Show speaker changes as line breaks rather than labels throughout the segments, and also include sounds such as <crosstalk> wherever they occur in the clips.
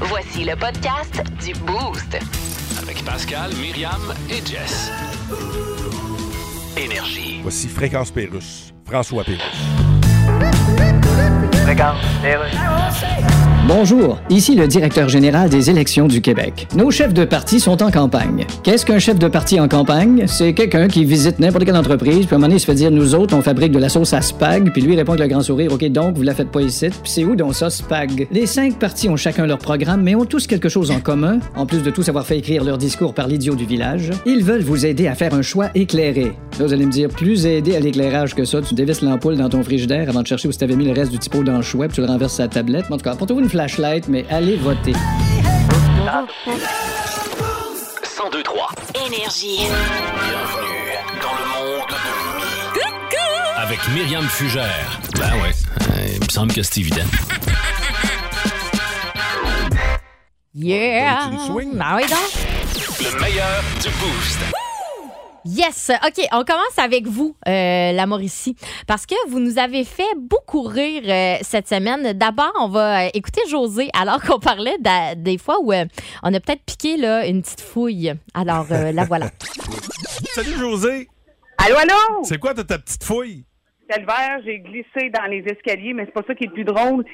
Voici le podcast du Boost.
Avec Pascal, Myriam et Jess. Énergie.
Voici Fréquence Pérusse. François Pérusse.
Bonjour, ici le directeur général des élections du Québec. Nos chefs de parti sont en campagne. Qu'est-ce qu'un chef de parti en campagne? C'est quelqu'un qui visite n'importe quelle entreprise, puis à un moment donné, il se fait dire, nous autres, on fabrique de la sauce à spag, puis lui il répond avec le grand sourire, OK, donc, vous la faites pas ici, puis c'est où donc ça, spag? Les cinq partis ont chacun leur programme, mais ont tous quelque chose en commun, en plus de tous avoir fait écrire leur discours par l'idiot du village. Ils veulent vous aider à faire un choix éclairé. Là, vous allez me dire, plus aider à l'éclairage que ça, tu dévisses l'ampoule dans ton frigidaire avant de chercher où tu avais mis le reste du typo dans le chouette, puis tu le renverses sur la tablette. En tout cas, apportez-vous une flashlight, mais allez voter.
1023.
Énergie.
Bienvenue dans le monde de Mi. Avec Myriam Fugère. Ben ouais, euh, il me semble que c'est évident.
Yeah!
Tu nous swings?
Ben oui, donc.
Le meilleur du boost.
Yes! OK, on commence avec vous, euh, la Mauricie, parce que vous nous avez fait beaucoup rire euh, cette semaine. D'abord, on va euh, écouter José, alors qu'on parlait d'a- des fois où euh, on a peut-être piqué là, une petite fouille. Alors, euh, la voilà.
Salut José,
Allô, allô?
c'est quoi de ta petite fouille?
Calvaire, j'ai glissé dans les escaliers, mais c'est pas ça qui est le plus drôle.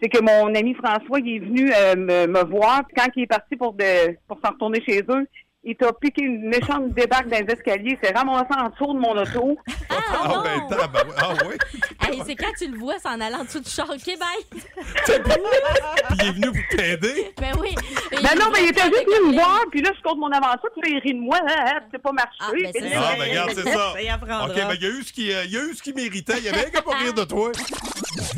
C'est que mon ami François, il est venu euh, me, me voir. Puis Quand il est parti pour, de- pour s'en retourner chez eux, il t'a piqué une méchante débarque dans les escaliers. C'est ramassé en dessous de mon <laughs> auto.
Ah, ben, tabarouette. ah oui.
Hey, c'est quand tu le vois, c'est en allant en dessous du char. OK, bye!
Puis il est venu vous t'aider.
Ben oui!
Ben non, mais il était juste venu me voir. Puis là, je compte mon aventure. Puis là, il rit de moi. Ah, ah, c'est pas marché.
Ah, ben, c'est
Puis là,
Ah, ben, regarde, c'est ça.
Ça y apprendra.
hein.
OK, ben, il y a eu ce qui, euh, il y a eu ce qui méritait. Il y avait un gars pour rire de toi.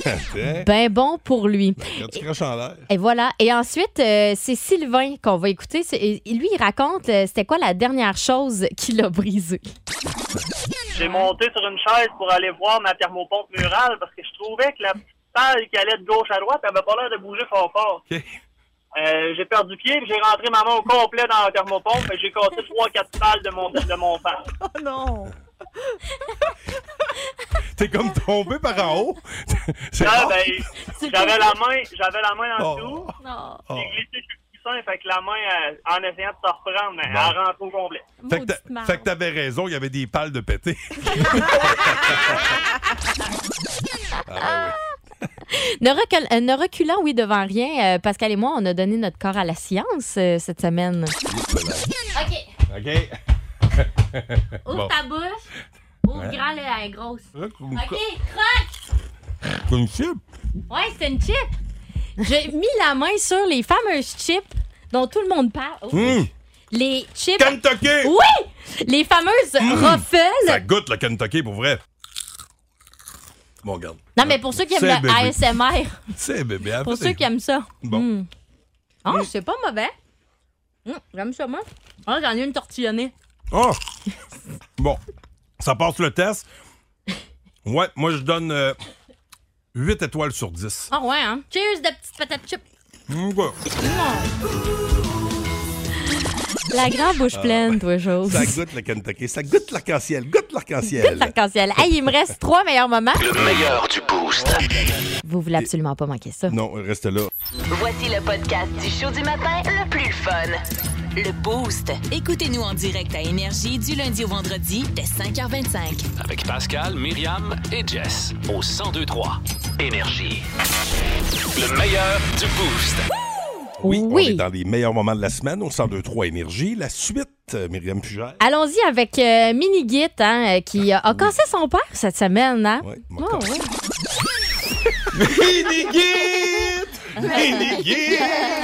Hein?
Ben bon pour lui.
Quand tu craches en l'air.
Et voilà. Et ensuite, euh, c'est Sylvain qu'on va écouter. C'est- et lui, il raconte euh, c'était quoi la dernière chose qui l'a brisé.
J'ai monté sur une chaise pour aller voir ma thermopompe murale parce que je trouvais que la petite palle qui allait de gauche à droite avait pas l'air de bouger fort fort.
OK.
Euh, j'ai perdu pied, puis j'ai rentré ma main au complet dans la thermopompe et j'ai
<laughs>
cassé trois quatre balles de mon de mon père.
Oh non!
T'es comme tombé par en haut. <laughs> C'est
Là,
Ah,
rare.
ben, j'avais la main, j'avais la main dans le
Oh.
dessous,
Non.
Oh.
j'ai glissé sur le coussin, fait que la main elle, en essayant de se reprendre, mais elle rentre au complet.
Fait que t'a- fait que t'avais raison, il y avait des pales de pété.
Ne, recul- euh, ne reculant, oui, devant rien, euh, Pascal et moi, on a donné notre corps à la science euh, cette semaine. OK.
OK.
Ouvre
Bon.
ta bouche. Ouvre grand, là, elle est grosse. OK, croque!
Une cible.
Ouais, c'est une chip. J'ai mis la main sur les fameuses chips dont tout le monde parle. Oh.
Hum,
Les chips.
Kentucky!
Oui! Les fameuses Ruffles.
Mmh. Ça goûte le Kentucky, pour vrai. Bon, regarde.
Non, mais pour ceux qui aiment
C'est
le
bébé.
ASMR,
C'est bébé. après,
pour
c'est-
ceux qui aiment ça.
Bon.
Mm. Oh, c'est pas mauvais. Mm, J'aime ça, moi. Oh, j'en ai une tortillonnée.
Oh! Bon, ça passe le test. Ouais, moi je donne euh, 8 étoiles sur 10.
Ah ouais, hein? Cheers de petites patates chips.
Mm, ouais.
La grande bouche pleine, toi, chose.
Ah, Ça goûte le Kentucky. Ça goûte l'arc-en-ciel. Goûte
<laughs> Goûte
l'arc-en-ciel.
l'arc-en-ciel. Hey, il me reste trois meilleurs moments.
Le meilleur du boost.
Vous voulez absolument pas manquer ça.
Non, reste là.
ben,
Voici le podcast du show du matin le plus fun.
Le Boost. Écoutez-nous en direct à Énergie du lundi au vendredi dès 5h25.
Avec Pascal, Myriam et Jess. Au 1023. Énergie. Le meilleur du boost.
Oui,
Oui.
on est dans les meilleurs moments de la semaine. On sent 2-3 énergie. La suite, euh, Myriam Fugère.
Allons-y avec euh, Mini Git, hein, euh, qui euh, a cassé son père cette semaine. Hein?
Ouais,
Oh,
moi,
ouais.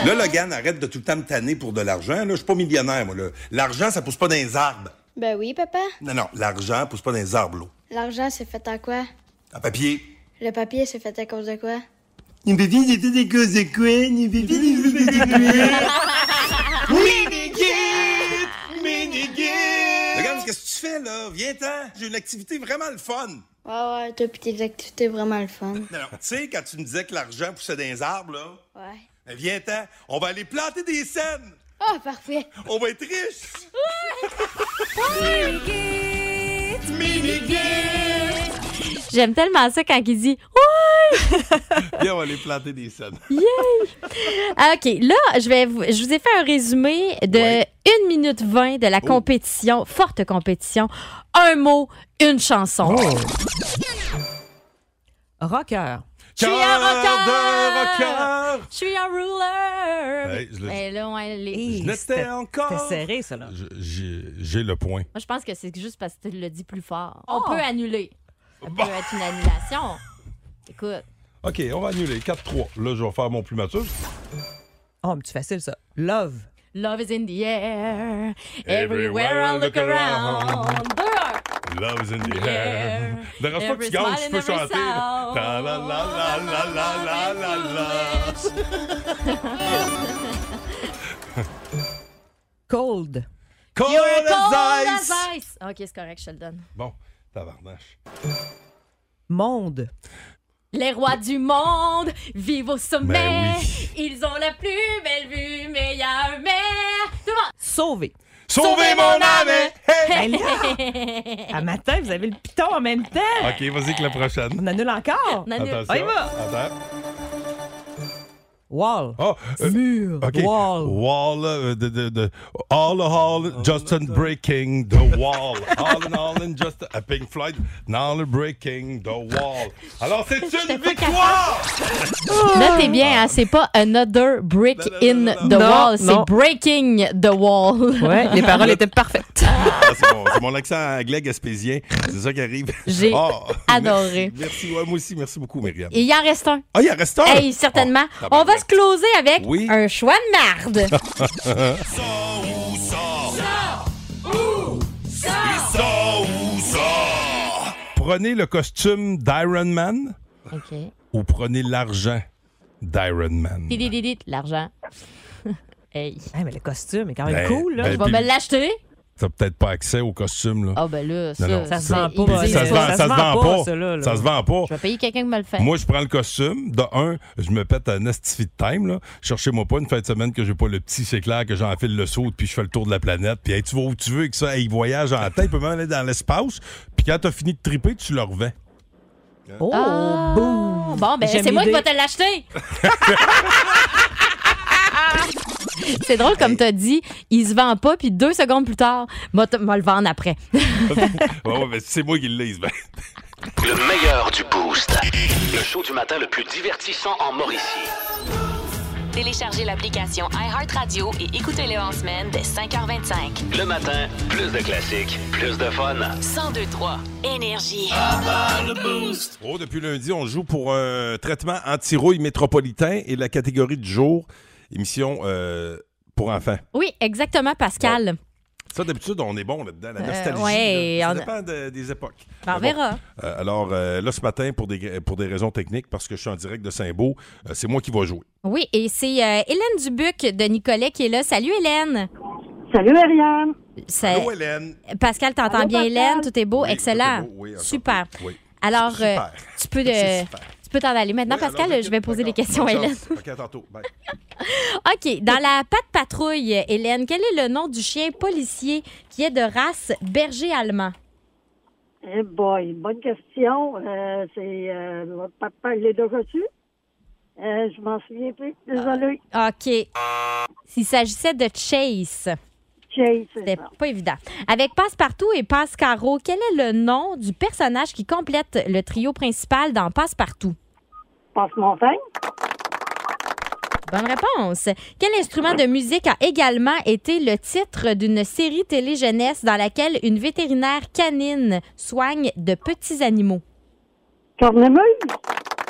Là, Logan, arrête de tout le temps me tanner pour de l'argent. Là, Je suis pas millionnaire, moi. là. L'argent, ça pousse pas dans les arbres.
Ben oui, papa.
Non, non, l'argent pousse pas dans les arbres, là.
L'argent, c'est fait en quoi?
À papier.
Le papier, c'est fait à cause de quoi?
Il me fait des des causes de quoi Il me fait des causes de quoi
Minigit! Minigit! Regarde, qu'est-ce que tu fais, là? Viens-t'en. J'ai une activité vraiment le fun.
Ouais, ouais, t'as pis tes activités vraiment le fun.
Alors, tu sais, quand tu me disais que l'argent poussait dans les arbres, là,
Ouais.
ben, viens-t'en. On va aller planter des scènes.
Ah, parfait.
On va être riches.
J'aime tellement ça quand il dit Ouais!
Viens, on va aller planter des scènes.
Yay! Ah, OK, là, je, vais vous, je vous ai fait un résumé de 1 minute 20 de la
Oh.
compétition, forte compétition. Un mot, une chanson.
Oh.
Rocker.
Je suis un
rocker!
Je suis un ruler!
Hey, je le-
Mais là, ouais,
Je
les-
n'étais encore.
ça, là.
Je- J'ai j'ai le point.
Moi, je pense que c'est juste parce que tu le dis plus fort.
Oh.
On peut annuler. Ça peut être une annulation. Écoute.
OK, on va annuler. 4-3. Là, je vais faire mon plus mature.
Oh, mais c'est facile, ça. Love.
Love is in the air.
Everywhere
Everywhere I look around.
Love is in the air. Dérange pas que
Every
tu gagnes,
smile
tu peux
and every
chanter.
sound.
Ta la la la la la la la la.
Cold.
Cold
You're cold
as ice.
as ice. OK, c'est correct, je te le donne.
Bon, tabarnache.
Monde.
Les rois du monde vivent au sommet. Ils ont la plus belle vue, mais il y a un mais. Tout le monde.
Sauver.
Sauver mon âme,
Ben là, à matin, vous avez le piton en même temps.
OK, vas-y que la prochaine.
On annule encore. On y
Attention.
va.
Attends.
Wall.
Oh,
Mur.
Wall. Wall. euh, de, de, de, all in all, Justin breaking the wall. All in all, and just a Pink Floyd. Now they're breaking the wall. Alors, c'est une victoire!
Là, t'es bien, hein, c'est pas another brick in the
non,
wall,
non.
c'est breaking the wall.
Ouais, les paroles étaient parfaites.
Ah, c'est mon, c'est mon accent anglais gaspésien. C'est ça qui arrive.
J'ai
Ah,
adoré.
Merci, merci. Ouais, moi aussi, merci beaucoup, Myriam.
Et il en reste un.
Ah, il en reste un?
Hey, certainement.
Oh,
On va se closer avec
Oui.
un choix de marde.
Ah, Prenez le costume d'Iron Man
OK.
ou prenez l'argent d'Iron Man.
Didididit, L'argent. <laughs> hey.
mais le costume est quand
même Ben, cool, là. ben,
Je vais
puis-
me l'acheter.
T'as peut-être pas accès au costume, là.
Ah, ben là, ça.
Non, non,
ça
bah, c'est-
ils
Ça
disent
se vend, ça se vend pas. Ça se vend pas.
Je vais payer quelqu'un qui me le fait.
Moi, je prends le costume. De un, je me pète un astifi de time. là. Cherchez-moi pas une fin de semaine que j'ai pas le petit, c'est clair, que j'enfile le saut, puis je fais le tour de la planète. Puis hey, tu vas où tu veux, que ça, hey, il voyage en tête, il peut même aller dans l'espace. Puis quand t'as fini de triper, tu le revends.
Oh, boum.
Ah! Bon, ben,
J'aime
c'est moi qui
l'idée.
vais te <laughs> l'acheter. C'est drôle comme t'as dit, il se vend pas, puis deux secondes plus tard, moi, t- moi le vendre après.
Ouais, ouais, mais c'est moi qui le lise, ben.
Le meilleur du boost. Le show du matin le plus divertissant en Mauricie.
Téléchargez l'application iHeartRadio et écoutez-le en semaine dès 5h25.
Le matin, plus de classiques, plus de fun.
1023 Énergie.
<laughs> Oh, depuis lundi, on joue pour un traitement anti-rouille métropolitain et la catégorie du jour, émission euh, pour enfants.
<laughs> Oui, exactement, Pascal.
Ça, d'habitude, on est bon là-dedans, la
Euh,
nostalgie.
ouais,
là. ça
on-
dépend de- des époques.
Ben, on
Mais bon.
verra.
Euh, alors, euh, là, ce matin, pour des, pour des raisons techniques, parce que je suis en direct de Saint-Beau, euh, c'est moi qui va jouer.
Oui, et c'est euh, Hélène Dubuc de Nicolet qui est là. Salut, Hélène.
Salut, Ariane.
Allô, Hélène.
Pascal, t'entends
Allô,
bien,
Pascal?
Hélène? Tout est beau,
Oui, tout est
Oh, excellent.
beau, oui, encore
super.
Oui.
Alors,
C'est super.
euh, tu
<laughs>
peux
C'est
de-
super.
tu peux t'en aller. Maintenant,
Oui,
Pascal,
alors,
je vais poser des questions à
Bonne
Hélène.
chance. OK, à tantôt. Bye.
OK. Dans la patte patrouille, Hélène, quel est le nom du chien policier qui est de race berger allemand?
Eh boy, bonne question. Euh, c'est euh, votre papa, il est déjà reçu. Euh, je m'en souviens plus. Désolée.
Ah, OK. S'il s'agissait de Chase.
Chase.
C'était pas évident. Avec Passepartout et Pascaro, quel est le nom du personnage qui complète le trio principal dans Passepartout?
Passe-montagne.
Bonne réponse. Quel instrument de musique a également été le titre d'une série télé jeunesse dans laquelle une vétérinaire canine soigne de petits animaux?
Cornemuse.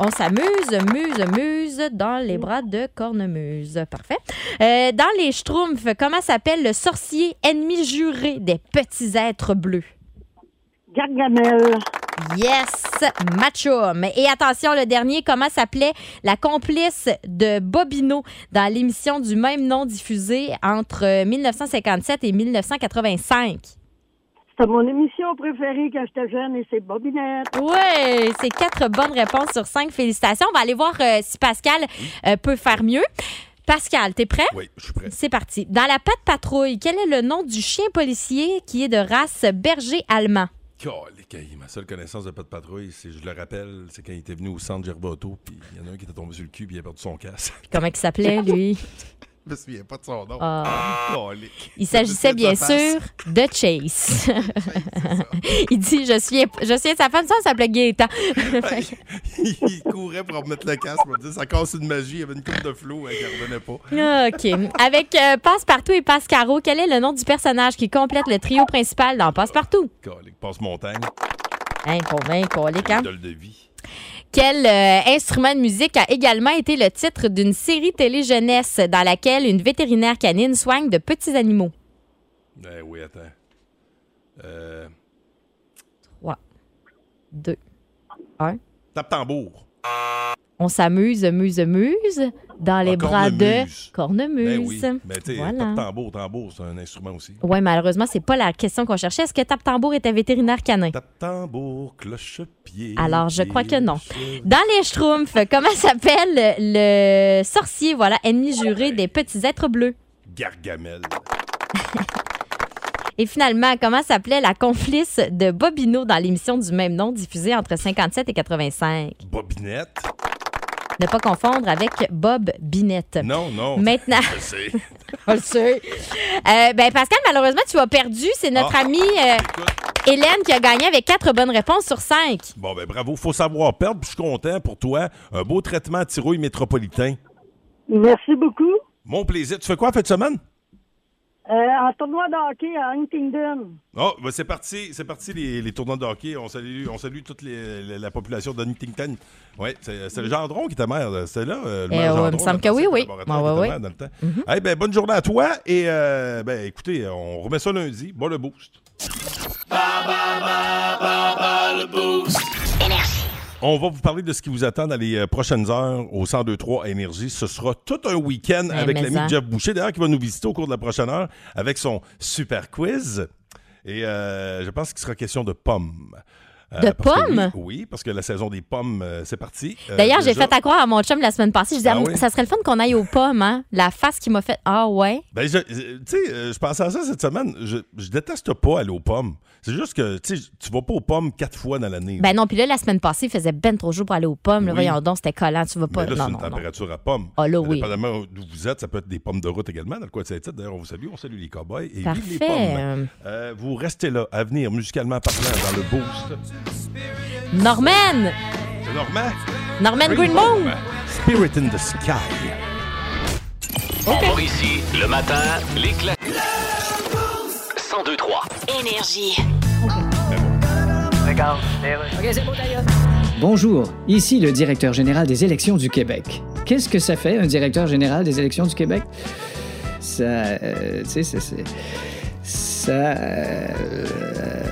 On s'amuse, muse, muse dans les bras de Cornemuse. Parfait. Euh, dans les Schtroumpfs, comment s'appelle le sorcier ennemi juré des petits êtres bleus?
Gargamel.
Yes, Matchum. Et attention, le dernier, comment s'appelait la complice de Bobino dans l'émission du même nom diffusée entre euh, 1957 et 1985?
C'était mon émission préférée quand j'étais jeune et c'est Bobinette.
Oui, c'est quatre bonnes réponses sur cinq. Félicitations. On va aller voir euh, si Pascal euh, peut faire mieux. Pascal, t'es prêt?
Oui, je suis prêt.
C'est parti. Dans la patte patrouille, quel est le nom du chien policier qui est de race berger allemand?
Calique, ma seule connaissance de Pat Patrouille, c'est, je le rappelle, c'est quand il était venu au centre Gerbato, puis il y en a un qui était tombé sur le cul, puis il a perdu son casque.
Comment il s'appelait, lui?
Je me souviens pas de son nom.
Ah.
Calique.
Il s'agissait
Je me
bien
souviens de sa
sûr de
<laughs>
Chase. il dit Je suis, je suis sa femme, ça elle s'appelait Gaëtan.
face. <laughs> il courait pour remettre le casque, pour me dire, ça casse une magie, il y avait une coupe de flou, hein, qui revenait pas.
OK. Avec euh, Passe-Partout et Passe-Caro, quel est le nom du personnage qui complète le trio principal dans Passe-Partout?
Calique, passe montagne,
Hein, convainc, colique, hein?
idole de vie.
Quel euh, instrument de musique a également été le titre d'une série télé jeunesse dans laquelle une vétérinaire canine soigne de petits animaux?
Eh oui, attends. Euh,
3, 2, 1.
tape tambour.
On s'amuse, muse, muse dans les bras de
Ah, Ben
cornemuse.
oui, mais tu sais, tape tambour, tambour, c'est un instrument aussi.
Oui, malheureusement, c'est pas la question qu'on cherchait. Est-ce que Tape Tambour était vétérinaire canin?
Tambour, cloche-pied.
Alors, je
pied.
crois que non. Dans les Schtroumpfs, <laughs> comment s'appelle le sorcier, voilà, ennemi juré des petits êtres bleus?
Gargamel.
Et finalement, comment s'appelait la complice de Bobino dans l'émission du même nom diffusée entre 57 et 85?
Bobinette.
Ne pas confondre avec Bob Binette.
Non, non.
Maintenant. <laughs>
Je sais.
On le sait. Euh, ben, Pascal, malheureusement, tu as perdu. C'est notre
Ah.
amie euh, Hélène qui a gagné avec quatre bonnes réponses sur cinq.
Bon, ben bravo. Faut savoir perdre, puis je suis content pour toi. Un beau traitement à Tirouille métropolitain.
Merci beaucoup.
Mon plaisir. Tu fais quoi en fin de semaine?
Euh, en tournoi de hockey à Huntingdon.
Oh, ben c'est parti, c'est parti les, les tournois de hockey. On salue, on salue toute les- la, la population de Huntington. Ouais, c'est c'est le Gendron qui était maire, là. c'était là. euh, le
Eh
maire
ouais,
Gendron,
il me semble
notre
que oui,
ancien
oui.
collaborateur
Ouais,
qui
ouais,
était maire
ouais. Mm-hmm.
dans le temps. Hey, ben, bonne journée à toi et euh, ben écoutez, on remet ça lundi. Bon le boost. On va vous parler de ce qui vous attend dans les euh, prochaines heures au 1023 Énergie. Ce sera tout un week-end
Eh,
Mais,
avec
mais
l'ami
ça.
Jeff Boucher, d'ailleurs, qui va nous visiter au cours de la prochaine heure avec son super quiz. Et euh, je pense qu'il sera question de pommes. Euh,
De
parce que
pommes?
oui, oui, parce que la saison des pommes, euh, c'est parti. Euh,
D'ailleurs, j'ai
déjà-
fait à croire à mon chum la semaine passée. Je disais,
Ah
Ah,
oui?
ça serait le fun qu'on aille aux pommes, hein? La face qui m'a fait, ah ouais.
Ben, je- je- tu sais, euh, je pensais à ça cette semaine. Je, je déteste pas aller aux pommes. C'est juste que, tu sais, tu vas pas aux pommes quatre fois dans l'année.
Ben non, puis là, la semaine passée, il faisait ben trop chaud pour aller aux pommes. Là,
Oui.
Voyons donc, c'était collant, tu vas pas.
Mais là,
non,
c'est une
non, non.
température à pommes.
Ah là, oui.
Dépendamment d'où vous êtes, ça peut être des pommes de route également, dans le coin de Saint-Tite. D'ailleurs, on vous salue, on salue les cow-boys et vive les
Parfait.
pommes. Euh, vous restez là, à venir, musicalement parlant, dans le boost.
Norman!
C'est Normand?
Norman Greenbaum!
Spirit in the Sky.
En Mauricie, le matin, les cla- 102-3.
Énergie.
Regarde,
Bonjour, ici le directeur général des élections du Québec. Qu'est-ce que ça fait, un directeur général des élections du Québec? Ça. euh, tu sais, c'est. c'est- Ça. euh,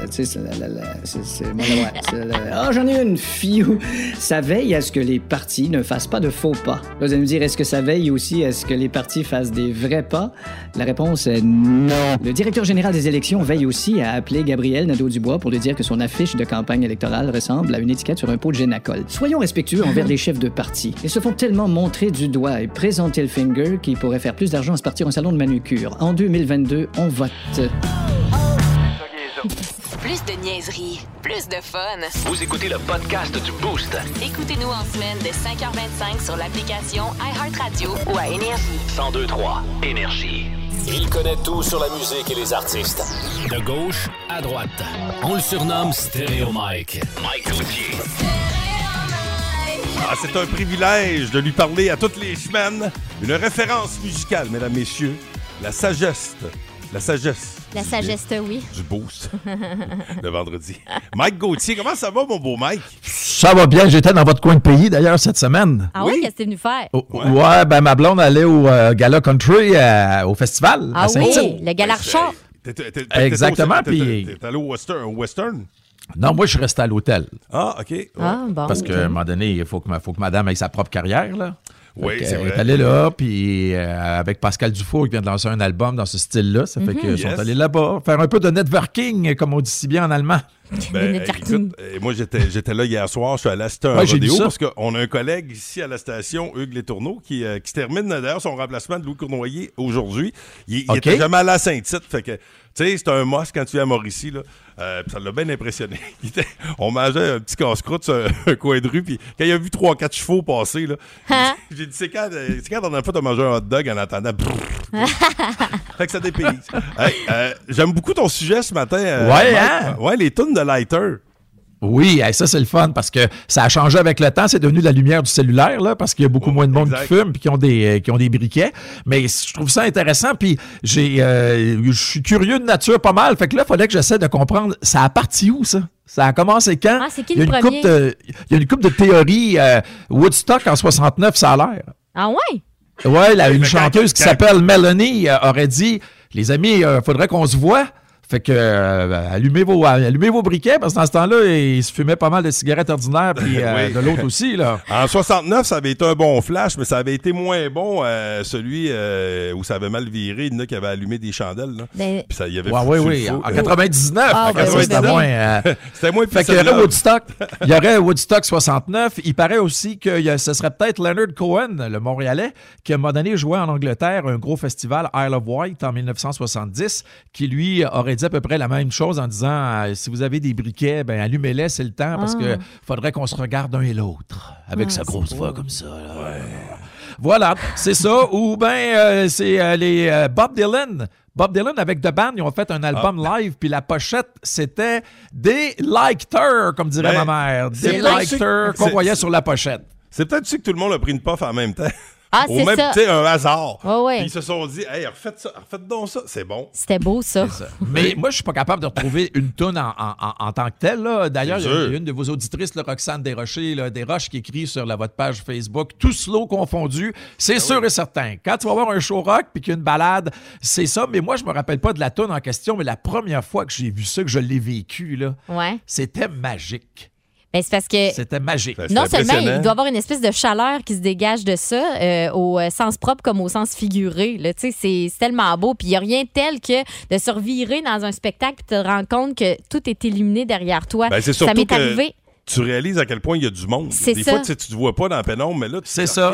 tu sais, c'est la- la- la- c'est- c'est- moi, la- ouais, c'est la- Ah, j'en ai une, fiou! Ça veille à ce que les partis ne fassent pas de faux pas. Là, vous allez me dire, est-ce que ça veille aussi à ce que les partis fassent des vrais pas? La réponse est non. Le directeur général des élections veille aussi à appeler Gabriel Nadeau-Dubois pour lui dire que son affiche de campagne électorale ressemble à une étiquette sur un pot de génacol. Soyons respectueux envers les chefs de parti. Ils se font tellement montrer du doigt et présenter le finger qu'ils pourraient faire plus d'argent à se partir un salon de manucure. En 2022, on vote.
Plus de niaiserie, plus de fun.
Vous écoutez le podcast du Boost.
Écoutez-nous en semaine de 5h25 sur l'application iHeartRadio ou à Énergie.
102-3. Énergie.
Il connaît tout sur la musique et les artistes. De gauche à droite. On le surnomme Stéréo Mike. Mike Gauthier.
Ah, c'est un privilège de lui parler à toutes les semaines. Une référence musicale, mesdames, messieurs. La sagesse. La sagesse.
La
du-
sagesse, oui.
Du boost, <laughs> le vendredi. Mike Gauthier, comment ça va, mon beau Mike?
Ça va bien, j'étais dans votre coin de pays d'ailleurs cette semaine.
Ah ouais, qu'est-ce que t'es venu faire?
O- Ouais. ben ma blonde allait au euh, Gala Country euh, au festival
ah
à
oui,
Saint-Tite.
le galarchon.
T'es- t'es- t'es- t'es-
Exactement,
t'es- t'es-
puis-
T'es t'es allé au western? Au western?
Non, moi, je suis resté à l'hôtel.
Ah, OK. ouais.
Ah, bon.
Parce qu'à un moment donné, il faut que, ma- faut que madame ait sa propre carrière, là.
Oui,
Fait que,
c'est
euh,
vrai.
Elle est allée là, puis euh, avec Pascal Dufour qui vient de lancer un album dans ce style-là. Ça fait
Mhm.
qu'ils
Yes.
sont allés là-bas faire un peu de networking, comme on dit si bien en allemand.
Ben, écoute, euh, moi, j'étais, j'étais là hier soir. Je suis allé acheter un
Ouais, j'ai
rodéo
vu ça.
parce qu'on a un collègue ici à la station, Hugues Létourneau, qui, euh, qui termine d'ailleurs son remplacement de Louis Cournoyer aujourd'hui. Il, il
OK.
était jamais allé à Saint-Tite. Fait que, tu sais, c'est un must quand tu es à Mauricie. Là. Euh, puis ça l'a bien impressionné. <laughs> Il était- on mangeait un petit casse-croûte sur un, un coin de rue. Puis quand il a vu trois, quatre chevaux passer, là, j'ai dit c'est quand, euh, c'est quand la dernière fois t'as mangé un hot dog en attendant. fait que
<laughs>
ça dépayse. Hey, euh, j'aime beaucoup ton sujet ce matin. euh,
Ouais,
Mike.
hein?
Ouais, les tunes de Lighter.
Oui, hey, ça c'est le fun parce que ça a changé avec le temps. C'est devenu la lumière du cellulaire là, parce qu'il y a beaucoup moins de monde
exact.
qui fume puis qui ont des euh, qui ont des briquets. Mais c- je trouve ça intéressant. Puis j'ai euh, je suis curieux de nature pas mal. Fait que là, fallait que j'essaie de comprendre. Ça a parti où ça Ça a commencé quand
Ah, c'est qui
Il y a
le
une
premier?
couple de- il y a une coupe de théories euh, Woodstock en 69, ça a l'air.
Ah ouais?
Ouais, la- une chanteuse qui s'appelle Melanie euh, aurait dit Les amis, il faudrait qu'on se voit. Fait que euh, allumez, vos, allumez vos briquets, parce que dans ce temps-là, il se fumait pas mal de cigarettes ordinaires, puis
<laughs>
euh,
Oui.
de l'autre aussi. Là.
En 69, ça avait été un bon flash, mais ça avait été moins bon euh, celui euh, où ça avait mal viré. Il y en a qui avait allumé des chandelles. Là.
Ben-
Puis ça y avait
Ouais,
foutu
oui,
<laughs> le
oui.
feu.
En 99,
Ah,
fait que
ben
ça,
oui,
c'était
ben oui.
moins. euh,
C'était moins
fait qu'il y aurait Woodstock. Il y aurait Woodstock 69. Il paraît aussi que il y a- ce serait peut-être Leonard Cohen, le Montréalais, qui à un moment donné jouait en Angleterre un gros festival Isle of Wight en 1970, qui lui aurait dit à peu près la même chose en disant euh, si vous avez des briquets, ben allumez-les, c'est le temps, parce
Ah.
que faudrait qu'on se regarde un et l'autre avec
Ah,
sa
c'est
grosse
beau.
voix comme ça. là. Voilà, c'est ça. <laughs> Ou ben euh, c'est euh, les euh, Bob Dylan. Bob Dylan avec The Band, ils ont fait un album
Ah.
live, puis la pochette, c'était des lighters, comme dirait
Ben,
ma mère.
c'est
Des
vrai que-
lighters qu'on
c'est-
voyait sur la pochette.
C'est peut-être aussi que tout le monde a pris une puff en même temps.
Ah,
Au
c'est
même,
ça.
tu sais, un hasard.
Ouais, ouais.
Puis Ils se sont dit, hey, refaites ça, refaites donc ça. C'est bon.
C'était beau, ça.
Mais moi, je suis pas capable de retrouver <laughs> une toune en, en- en- en tant que telle. là. D'ailleurs, il
C'est
y a-
sûr.
il y a une de vos auditrices, là, Roxane Desrochers, là, Desroches, qui écrit sur la, votre page Facebook, tout slow confondu, c'est
Ah
sûr et certain. Quand tu vas voir un show rock puis qu'il y a une balade, c'est ça. Mais moi, je me rappelle pas de la toune en question, mais la première fois que j'ai vu ça, que je l'ai vécu, là,
Ouais.
c'était magique.
Ben, c'est parce que
C'était magique.
Ben,
non seulement il doit y avoir une espèce de chaleur qui se dégage de ça, euh, au euh, sens propre comme au sens figuré. là. Tu sais, C'est c'est tellement beau. Puis il n'y a rien de tel que de se revirer dans un spectacle et te rendre compte que tout est illuminé derrière toi.
Ben, c'est
ça
surtout
m'est
que
arrivé.
tu réalises à quel point il y a du monde.
C'est
Des
ça.
fois, tu sais, tu te vois pas dans la pénombre, mais là, tu C'est ça.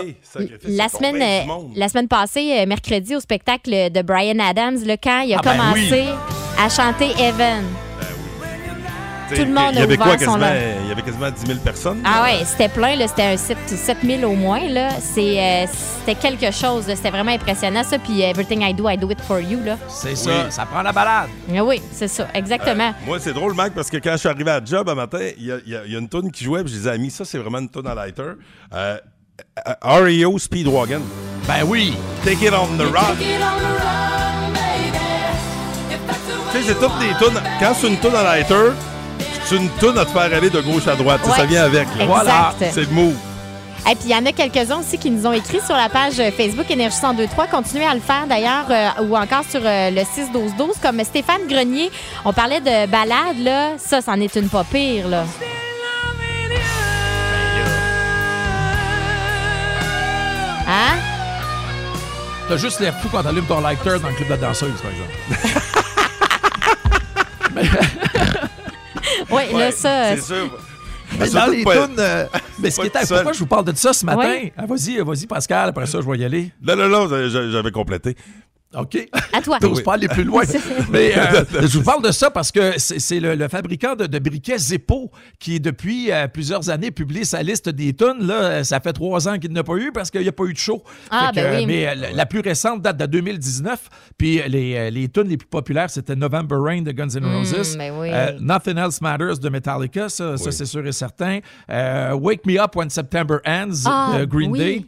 La semaine, euh, la semaine passée, euh, mercredi, au spectacle de Brian Adams, le quand il a
Ah ben
commencé
oui.
à chanter Evan.
T'sais,
Tout le monde
il y avait
a
quoi,
ouvert son
quasiment,
lunch.
Il y avait quasiment 10 000 personnes.
Ah ouais, c'était plein, là, c'était un 7000 au moins. là. C'est, euh, C'était quelque chose, là, c'était vraiment impressionnant ça. Puis euh, Everything I Do, I Do It For You. Là.
C'est ça, ça prend la balade.
Ah Oui, c'est ça, exactement.
Euh, moi, c'est drôle, Mac, parce que quand je suis arrivé à job un matin, il y, a- il y a il y a une toune qui jouait, puis je les ai mis, ça, c'est vraiment une toune à lighter. Euh, euh, REO Speedwagon.
Ben oui!
Take it on the rock. Tu sais, c'est toutes des tounes. Quand c'est une toune à lighter, c'est une toune à te faire aller de gauche à droite. Tu sais,
Ouais.
Ça vient avec. là.
Exact.
Voilà, c'est le move.
Et puis, il y en a quelques-uns aussi qui nous ont écrit sur la page euh, Facebook Énergie 1023. Continuez à le faire d'ailleurs, euh, ou encore sur euh, le 6-12-12, comme Stéphane Grenier. On parlait de balade, là. Ça, c'en est une pas pire, là. Hein?
T'as juste l'air fou quand t'allumes ton lighter dans le club de danseuse, par exemple.
Oui, là,
Ouais,
ça.
c'est
sûr.
Mais dans
Surtout
les
pas-
tunes,
<laughs>
euh, mais ce
pas
qui
tout
est
seul.
pourquoi je vous parle de ça ce matin?
Ouais.
Ah, vas-y, euh, vas-y Pascal, après ça je vais y aller.
Non, non, non, je- j'avais complété.
OK.
À toi.
T'oses pas aller plus
<laughs>
loin. Mais euh, je vous parle de ça parce que c'est c'est le, le fabricant de, de briquets Zippo qui, depuis euh, plusieurs années, publie sa liste des tonnes. Là, ça fait trois ans qu'il n'a pas eu parce qu'il n'y a pas eu de show.
Ah,
Fait que,
ben oui.
euh, Mais euh, la- la plus récente date de 2019. Puis euh, les, euh, les tunes les plus populaires, c'était November Rain de Guns N'
Mm,
Roses.
ben oui.
Euh, Nothing Else Matters de Metallica, ça, ça, c'est sûr et certain. Euh, Wake Me Up When September Ends
Ah,
de Green
oui.
Day.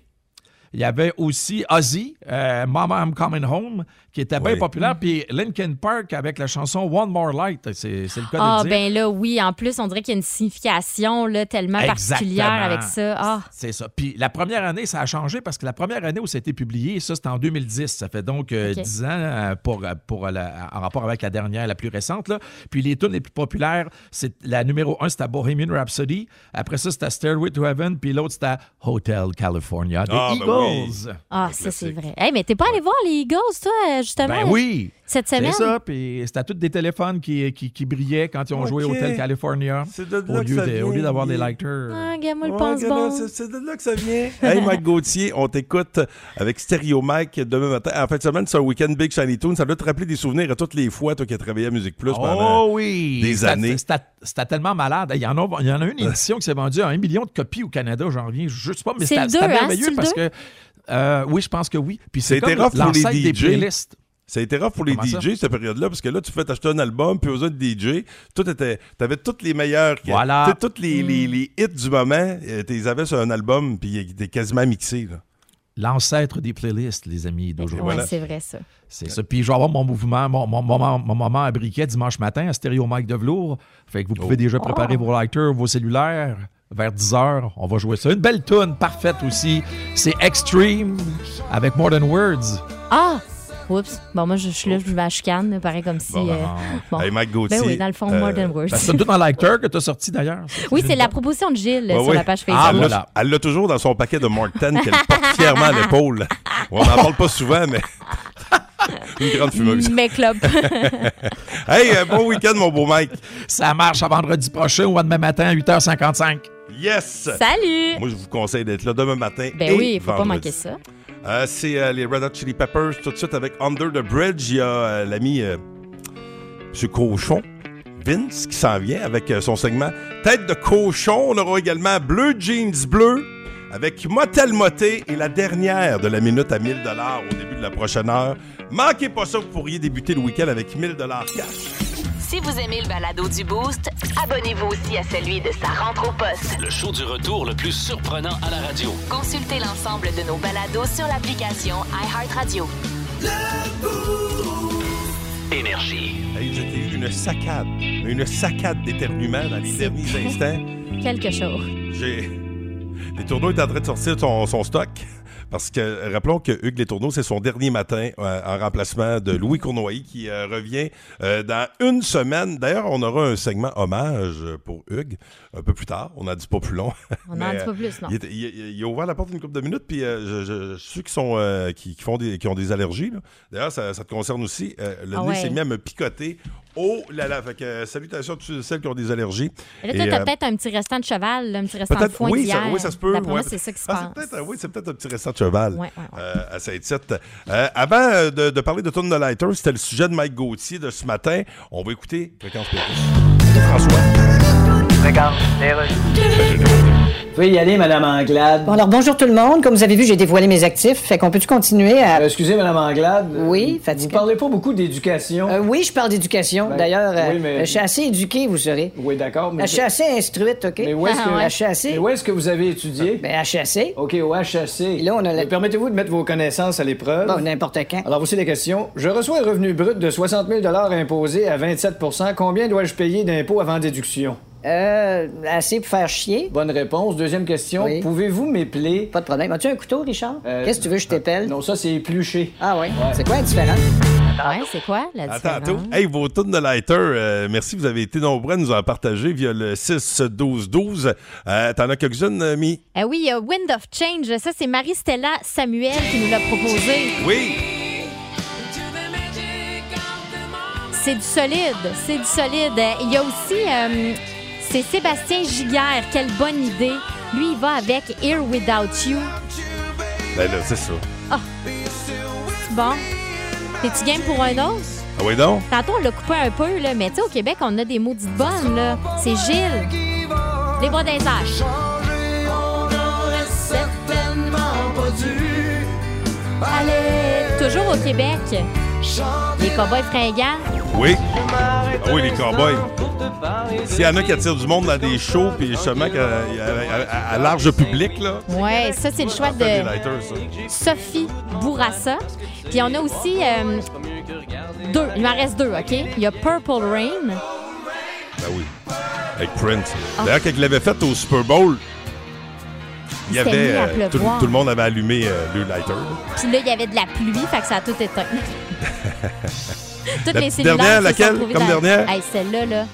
Il y avait aussi Ozzy, euh, Mama I'm Coming Home, qui était bien
Oui.
populaire. Puis Linkin Park avec la chanson One More Light. C'est c'est le cas
Ah,
de dire.
ben là, oui. En plus, on dirait qu'il y a une signification là, tellement particulière
Exactement.
avec ça. Ah.
C'est ça. Puis la première année, ça a changé parce que la première année où c'était publié, ça, c'était en 2010. Ça fait donc euh,
Ok.
10 ans euh, pour, euh, pour la- en rapport avec la dernière, la plus récente. là. Puis les tunes les plus populaires, c'est la numéro 1, c'était Bohemian Rhapsody. Après ça, c'était Stairway to Heaven. Puis l'autre, c'était Hotel California des
Ah, ben
Eagles.
Ah, ça, c'est vrai. Eh, mais t'es pas allé voir les Eagles, toi, euh, justement?
Ben oui!
Cette semaine?
C'est ça, puis c'était tous des téléphones qui, qui, qui brillaient quand ils ont joué
Ok.
Hotel California.
là
au,
que
lieu
ça
de- au
vient,
lieu d'avoir des
Guy.
lighters. Oh,
Ah, regarde-moi le
Ouais,
pense-bon.
regarde, c'est- C'est de là que ça vient. <laughs> Hey, Mike Gauthier, on t'écoute avec Stereo Mike demain matin. En fin de semaine, c'est un week-end Big Shiny Tune. Ça doit te rappeler des souvenirs à toutes les fois, toi qui as travaillé à Musique Plus pendant
Oh oui!
des
C'était-
années.
C'était c'était tellement malade. Il y, en a, il y en a
<laughs>
une édition qui s'est vendue à un million de copies au Canada, j'en reviens. Je sais pas, mais
C'est
c'était
le
c'était
deux, hein?
merveilleux
C'est le
parce
deux?
que. euh, oui, je pense que oui. Puis c'est
C'était
comme
rough pour les
l'ancêtre des
DJ.
playlists.
Ça a été rough pour les
Comment ça?
DJ, cette période-là, parce que là, tu fais t'acheter un album, puis aux autres DJ, tout était, t'avais toutes les meilleures, qui-
Voilà.
tu sais, toutes les, les-
Hmm.
les hits du moment, euh, tu les avais sur un album, puis ils étaient quasiment mixés. là.
L'ancêtre des playlists, les amis d'aujourd'hui.
Ouais, c'est vrai, ça.
C'est ça. Puis je vais avoir mon mouvement, mon, mon, mon moment, mon moment à briquet dimanche matin à Stéréo Mike de velours. Fait que vous
Oh.
pouvez
Ah.
déjà préparer vos lighters, vos cellulaires. Vers 10h, on va jouer ça. Une belle tune, parfaite aussi. C'est Extreme avec More Than Words.
Ah! Oups. Bon, moi, je suis là, je vais à chicane, là, pareil, comme si. euh,
Hey,
<laughs> bon.
Mike Gauthier. euh,
Ben oui, dans le fond, More Than Words.
Ben, c'est tout dans l'acteur que tu as sorti d'ailleurs.
<laughs> Oui, c'est
<laughs>
la proposition de Gilles
Ouais, Ah,
euh, sur
ouais.
la page
Elle
Ah,
Facebook.
l'a- Elle l'a toujours dans son paquet de Mark 10 qu'elle porte fièrement à l'épaule.
<laughs>
On n'en parle pas souvent, mais. <laughs> Une grande fumeuse.
<laughs>
<laughs>
Mes clopes.
hey, euh, bon week-end, mon beau Mike.
Ça marche à vendredi prochain ou à demain matin à 8h55.
Yes!
Salut!
Moi, je vous conseille d'être là demain matin.
Ben
et
oui, il faut pas
vendredi.
manquer ça.
Euh, c'est euh, les Red Hot Chili Peppers tout de suite avec Under the Bridge. Il y a euh, l'ami euh, M. Cochon, Vince, qui s'en vient avec euh, son segment Tête de cochon. On aura également Bleu Jeans Bleu avec Motel Moté et la dernière de la minute à 1000 au début de la prochaine heure. Manquez pas ça, vous pourriez débuter le week-end avec 1000 cash.
Si vous aimez le balado du Boost, abonnez-vous aussi à celui de sa rentre au poste.
Le show du retour le plus surprenant à la radio.
Consultez l'ensemble de nos balados sur l'application iHeartRadio.
Énergie.
Hey, vous avez eu une saccade, une saccade d'éternuement dans les derniers instants.
Quelque chose.
J'ai. Les Tourneaux est en train de sortir son, son stock. Parce que, rappelons que Hugues Les Tourneaux, c'est son dernier matin euh, en remplacement de Louis Cournoyer qui euh, revient euh, dans une semaine. D'ailleurs, on aura un segment hommage pour Hugues un peu plus tard. On a dit pas plus long.
On n'en dit pas plus, non.
euh, Il, était- il- il- il a ouvert la porte une couple de minutes, puis euh, je, je- je- ceux qui, sont, euh, qui, qui font des, qui ont des allergies, là. d'ailleurs, ça, ça te concerne aussi. euh, le
Ah
nez
ouais.
s'est mis à me picoter. Oh là là! Fait que, euh, salutations à toutes celles qui ont des allergies.
Et Là,
Et,
toi, t'as
euh,
peut-être un petit restant de cheval, là, un petit restant de foin
oui,
d'hier.
ça, oui, ça se peut.
D'après moi,
ouais.
c'est ça qui se
Ah,
passe.
c'est peut-être- oui, c'est peut-être un petit restant de cheval
Ouais, ouais,
euh, à Saint-Tite. Euh, avant euh, de, de parler de Tune de Lighter, c'était le sujet de Mike Gauthier de ce matin. On va écouter Fréquence Pérusse. De François. Regarde,
Vous pouvez y aller, Madame Anglade.
Bon, alors bonjour tout le monde. Comme vous avez vu, j'ai dévoilé mes actifs. Fait qu'on peut-tu continuer à.
Euh, Excusez, Madame Anglade. euh,
Oui,
Vous
fatigué.
parlez pas beaucoup d'éducation.
Euh, oui, je parle d'éducation.
Ben,
D'ailleurs, euh,
oui, mais-
je suis assez éduquée, vous saurez.
Oui, d'accord, mais...
Je suis assez instruite, OK? Ah,
Mais où est-ce que...
HAC.
Mais où est-ce que vous avez étudié?
Ben, HAC.
OK, au HAC.
Là, on a la...
Mais Permettez-vous de mettre vos connaissances à l'épreuve.
Bon, n'importe quand.
Alors, voici la question. Je reçois un revenu brut de 60 000 imposé à 27 Combien dois-je payer d'impôts avant déduction?
Euh, assez pour faire chier.
Bonne réponse. Deuxième question.
Oui.
Pouvez-vous m'épeler?
Pas de problème. As-tu Ben, un couteau, Richard?
Euh,
Qu'est-ce que tu veux que je t'épelle?
Non, ça, c'est épluché.
Ah ouais? C'est quoi la différence?
Ouais, c'est quoi la
Attends,
différence?
tantôt. Hey, vos tunes de Lighter, euh, merci, vous avez été nombreux à nous en partager via le 6-12-12. Euh, T'en as quelques-unes, euh, Mi?
Eh oui, il y a Wind of Change. Ça, c'est Marie-Stella Samuel qui nous l'a proposé.
Oui!
C'est du solide, c'est du solide. Euh, Il y a aussi, euh, c'est Sébastien Giguère. Quelle bonne idée. Lui, il va avec Here Without You.
Ben là, c'est ça.
Ah, C'est bon. T'es-tu game pour un autre?
Ah oui, donc?
Tantôt, on l'a coupé un peu, là, mais tu sais, au Québec, on a des maudites bonnes, là. C'est Gilles. Les bois des âges. Toujours au Québec. Les cowboys fringants.
Oui. Ah oui, les cowboys. S'il y en a qui attirent du monde à des shows, puis justement qu'à- à, à- à large public, là.
Ouais, ça, c'est le choix
ça fait des
de
lighters, ça.
Sophie Bourassa. Puis on a aussi euh, deux. Il m'en reste deux, OK? Il y a Purple Rain.
Ben oui. Avec Prince.
Ah.
D'ailleurs, quand il l'avait fait au Super Bowl, il y
Il s'était
avait.
mis à
euh, tout,
pleuvoir.
tout le monde avait allumé euh, le lighter. là.
Puis là, il y avait de la pluie, fait que ça a tout
<laughs>
éteint. Toutes
La
les
petite
cellulaires
dernière,
se
laquelle?
sont retrouvées
Comme
dans-
dernière?
Hey, celle-là, là.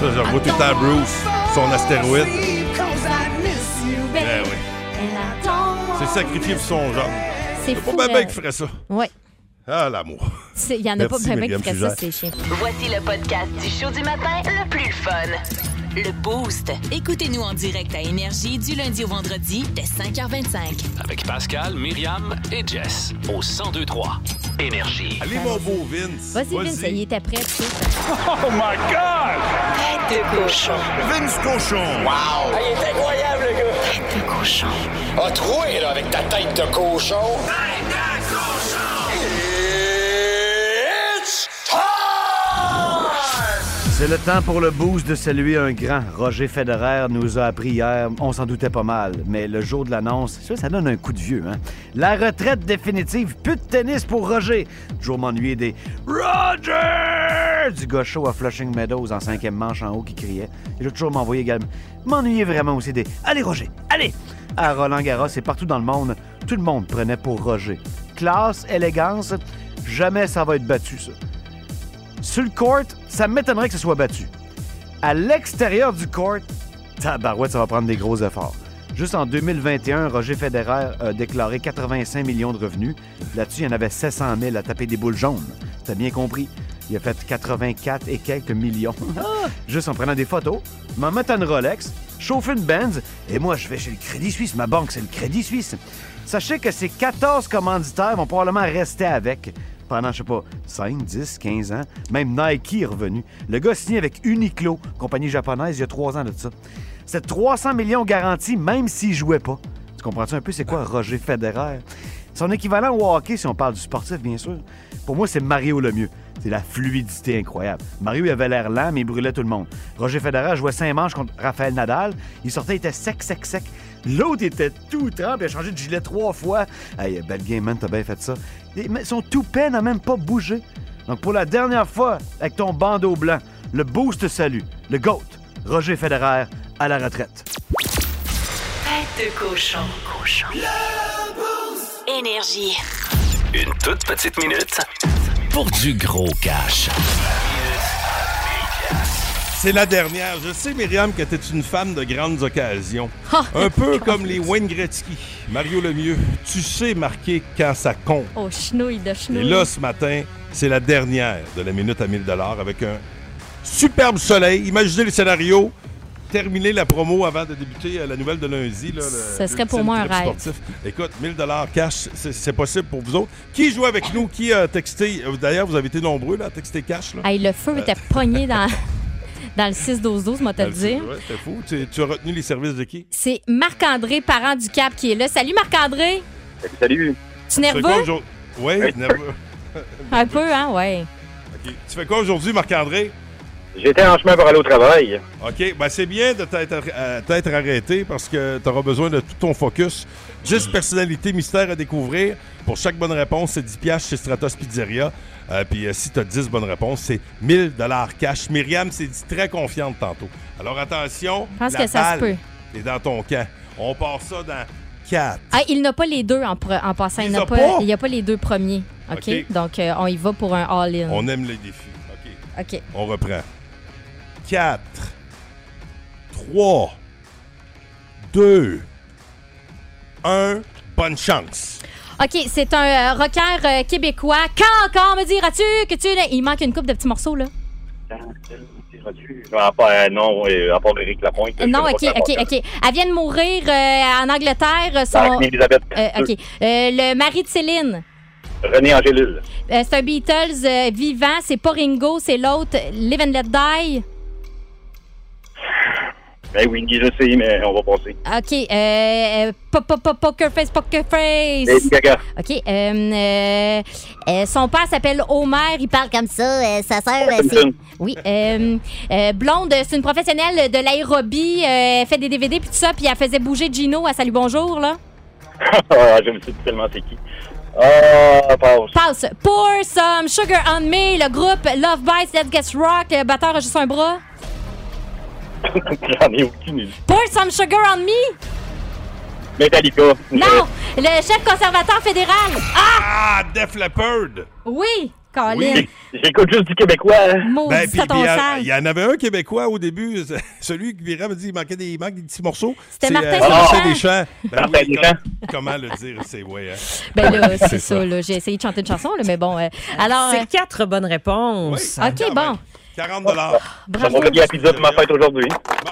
Ça, je revois tout le temps Bruce, son astéroïde. Ben oui. C'est sacrifié pour son genre.
C'est
Pas
fou,
ben, ben
euh,
qui ferait ça.
Ouais.
Ah, l'amour.
C'est- Il y en a
Merci,
pas ben, ben,
Myriam
qui ferait ça,
Fugère.
c'est chiant.
Voici le podcast du show du matin le plus le fun.
Le Boost. Écoutez-nous en direct à Énergie du lundi au vendredi dès 5h25.
Avec Pascal, Myriam et Jess au 1023 Énergie.
Allez, mon beau Vince.
Vas-y, Vince, il était prêt, tu sais.
Oh my God!
Tête de cochon.
Vince Cochon. Wow! Ah, il est incroyable, le gars! Tête de cochon. A troué, là, avec ta tête de cochon. Tête de cochon! It's
C'est le temps pour le boost de saluer un grand. Roger Federer nous a appris hier, on s'en doutait pas mal, mais le jour de l'annonce, ça, ça donne un coup de vieux. Hein? La retraite définitive, plus de tennis pour Roger. Toujours m'ennuyer des Roger du gaucho à Flushing Meadows en cinquième manche en haut qui criait. Et je toujours m'envoyer également. M'ennuyer vraiment aussi des Allez Roger, allez! À Roland Garros et partout dans le monde, tout le monde prenait pour Roger. Classe, élégance, jamais ça va être battu ça. Sur le court, ça m'étonnerait que ce soit battu. À l'extérieur du court, tabarouette, ça va prendre des gros efforts. Juste en 2021, Roger Federer a déclaré 85 millions de revenus. Là-dessus, il y en avait 700 000 à taper des boules jaunes. T'as bien compris. Il a fait 84 et quelques millions. Juste en prenant des photos, m'en mettant une Rolex, chauffer une Benz, et moi, je vais chez le Crédit Suisse. Ma banque, c'est le Crédit Suisse. Sachez que ces 14 commanditaires vont probablement rester avec pendant, je sais pas, 5, 10, 15 ans. Même Nike est revenu. Le gars signé avec Uniqlo, compagnie japonaise, il y a 3 ans de ça. C'est 300 millions garantis, même s'il jouait pas. Tu comprends-tu un peu c'est quoi Roger Federer? Son équivalent au hockey, si on parle du sportif, bien sûr. Pour moi, c'est Mario Lemieux. C'est la fluidité incroyable. Mario il avait l'air lent, mais il brûlait tout le monde. Roger Federer jouait 5 manches contre Raphaël Nadal. Il sortait, il était sec, sec, sec. L'autre était tout trempe, il a changé de gilet trois fois. Hey, belle game, man, t'as bien fait ça. Et- Mais son toupet n'a même pas bougé. Donc, pour la dernière fois, avec ton bandeau blanc, le boost salut, le GOAT, Roger Federer à la retraite.
Tête de cochon. cochon. Le boost. Énergie.
Une toute petite minute pour du gros cash.
C'est la dernière. Je sais, Myriam, que t'es une femme de grandes occasions.
Ah!
Un peu comme les Wayne Gretzky, Mario Lemieux. Tu sais marquer quand ça compte.
Oh, chenouille de
Et
chenouille.
là, ce matin, c'est la dernière de la minute à 1000 avec un superbe soleil. Imaginez le scénario. Terminer la promo avant de débuter euh, la nouvelle de lundi. Là,
Ce serait pour moi un rêve.
Écoute, 1000 cash, c'est c'est possible pour vous autres. Qui joue avec nous? Qui a texté? Euh, D'ailleurs, vous avez été nombreux là, à texter cash. Là.
Hey, le feu
Euh,
était pogné dans, <laughs> dans le 6-12-12, moi, te
dans
le
le-
dire.
Ben, ouais, C'était fou. Tu, tu as retenu les services de qui?
C'est Marc-André, parent du Cap, qui est là. Salut, Marc-André.
Salut.
Tu nerveux?
Oui, nerveux.
Un peu, hein, ouais.
Ok. Tu fais quoi aujourd'hui, Marc-André?
J'étais en chemin pour aller au travail.
OK, ben c'est bien de t'être euh, t'être arrêté parce que tu auras besoin de tout ton focus. 10
Mm.
personnalités mystères à découvrir. Pour chaque bonne réponse, c'est 10 piastres chez Stratos Pizzeria. Euh, Puis euh, si tu as 10 bonnes réponses, c'est 1000 cash. Myriam s'est dit très confiante tantôt. Alors attention,
Je pense
la
que ça
balle
se peut.
est dans ton camp. On part ça dans 4.
Ah, il n'a pas les deux en, pre- en passant. Il
les
n'a
a
pas,
pas?
il y a pas les deux premiers. OK?
OK.
Donc, euh, on y va pour un all-in.
On aime les défis. OK.
OK.
On reprend. 4, 3, 2, 1. Bonne chance.
OK, c'est un euh, rocker euh, québécois. Quand encore me diras-tu que tu... l'es? Il manque une coupe de petits morceaux, là.
À part, euh, non, euh, à part Éric Lapointe.
Euh,
je
non,
connais
OK,
pas
OK,
sa
OK. Elle vient de mourir euh, en Angleterre. euh, Son...
Reine Élisabeth
Euh, OK.
II.
Euh, le mari de Céline.
René Angélil.
Euh, c'est un Beatles euh, vivant. C'est pas Ringo, c'est l'autre. Live and Let Die.
Ben oui, je sais, mais on va passer.
OK. Euh, po- po- po- poker face, poker face.
Lady Gaga.
OK. euh, euh, euh, son père s'appelle Homer. Il parle comme ça. Euh, sa sœur, euh, c'est...
Simpson.
Oui. euh, euh, blonde, c'est une professionnelle de l'aérobie. euh, elle fait des DVD puis tout ça. Puis elle faisait bouger Gino à Salut Bonjour, là.
Ah, je me suis dit tellement c'est qui. Ah, passe.
Passe. Pour some sugar on me. Le groupe Love Bites, Let's Get Rock. Le batteur a juste un bras.
<laughs> J'en ai aucune idée.
Pour some sugar on me.
Metallica.
Non. Le chef conservateur fédéral. Ah!
Ah, Def Leppard!
Oui. Colin.
J'écoute juste du Québécois. hein.
Maudit
Ben, puis-
à ton
puis il y a-
sale.
Il y en avait un Québécois au début, <laughs> c'est- celui qui virait me dit il manquait des, il manque des petits morceaux.
C'était
C'est, euh,
Martin
Martin
Deschamps.
Deschamps. Ben
Martin
oui,
Deschamps.
com- Comment le dire, c'est ouais. hein. <laughs>
Ben là, c'est ça, là. J'ai essayé de chanter une chanson, là, mais bon. euh, alors.
C'est quatre bonnes réponses.
Ah,
OK, bon.
40 dollars.
Ça m'a bien la pizza de ma fête aujourd'hui.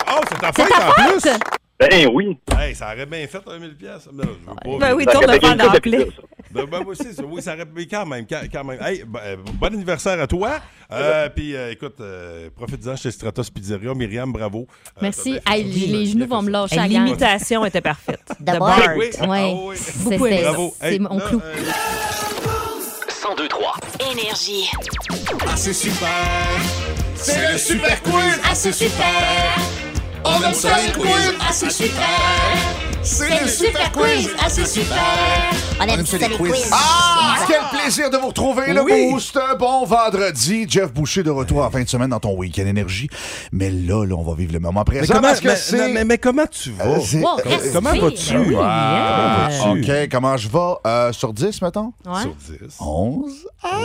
Oh, c'est ta
C'est
fête
ta
en
fête?
plus!
Ben oui.
Hey, ça aurait bien fait 1 000 piastres. Non, je veux pas,
Ben
mais-
oui, tourne le fan
Ben,
d'appeler.
Ben, ben, moi aussi, ça- oui, ça aurait mais quand même, quand, quand même. Hey, ben, euh, bon anniversaire à toi. Euh, Puis euh, écoute, euh, profite-en chez Stratos Pizzeria. Myriam, bravo. Euh,
Merci. Hey, les, les genoux vont me lâcher
Et
à la gang.
L'imitation était
<laughs>
parfaite.
De
De
Bart.
Bart.
Oui, ah
Ouais.
oui.
C'est-
Beaucoup
c'est-
aimé.
Bravo.
C'est
Hey, euh,
mon
là,
clou.
102-3.
Énergie.
c'est super. C'est le super quiz. Ah, c'est super. On aime ça les quiz. Ah, c'est super. C'est le super quiz. Ah, c'est super.
On aime ça, les quiz. Ah, quel plaisir de vous retrouver, le
Oui.
Boost. Bon vendredi. Jeff Boucher de retour en fin de semaine dans ton week-end énergie. Mais là, là, on va vivre le moment
Mais
présent.
comment,
parce que
mais-
c'est-
non, mais- Oh, mais comment tu vas?
Euh, c'est- euh,
comment vas-tu?
Ah,
Ah,
hein?
comment vas-tu?
OK, comment je vais? Euh, sur 10, mettons?
Ouais. Sur
10. 11?
Ah,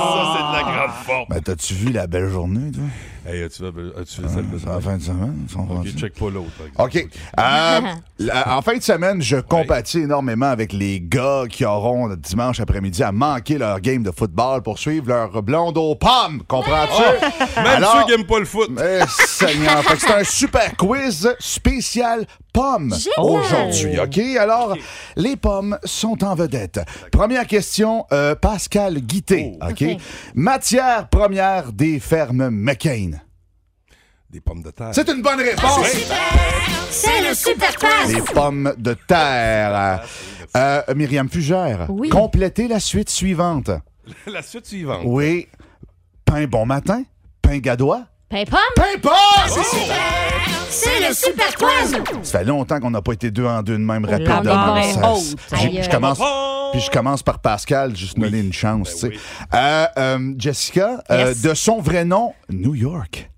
ça, c'est de la grande forme.
Ben, t'as-tu vu la belle journée, toi?
Hey, as-tu as fait ça?
C'est la fin de semaine. ils sont
Ok,
rendus.
check pas l'autre. par exemple.
OK. Euh, la- en fin de semaine, je compatis énormément avec les gars qui auront le dimanche après-midi à manquer leur game de football pour suivre leur blonde aux pommes. Comprends-tu?
Oh.
Même ceux qui n'aiment pas le foot.
Eh, Seigneur. Fait que c'est un super quiz spécial pommes
Génial. Euh,
aujourd'hui. OK? Alors, les pommes sont en vedette. Première question, euh, Pascal Guité. OK?
OK.
Matière première des fermes McCain.
Des pommes de terre.
C'est une bonne réponse.
C'est le super
Les pommes de terre. Euh, Myriam Fugère, complétez la suite suivante.
<laughs> La suite suivante.
Oui. Pain bon matin, pain gadois.
Pimpom?
Pimpom!
C'est super. C'est le super quiz.
Ça fait longtemps qu'on n'a pas été deux en deux de même
Oh là
rapidement.
là.
Ça-
Oh,
je,
aïe.
je commence, puis je commence par Pascal, juste donner une chance. tu sais. Euh, euh, Jessica, euh, de son vrai nom, New York.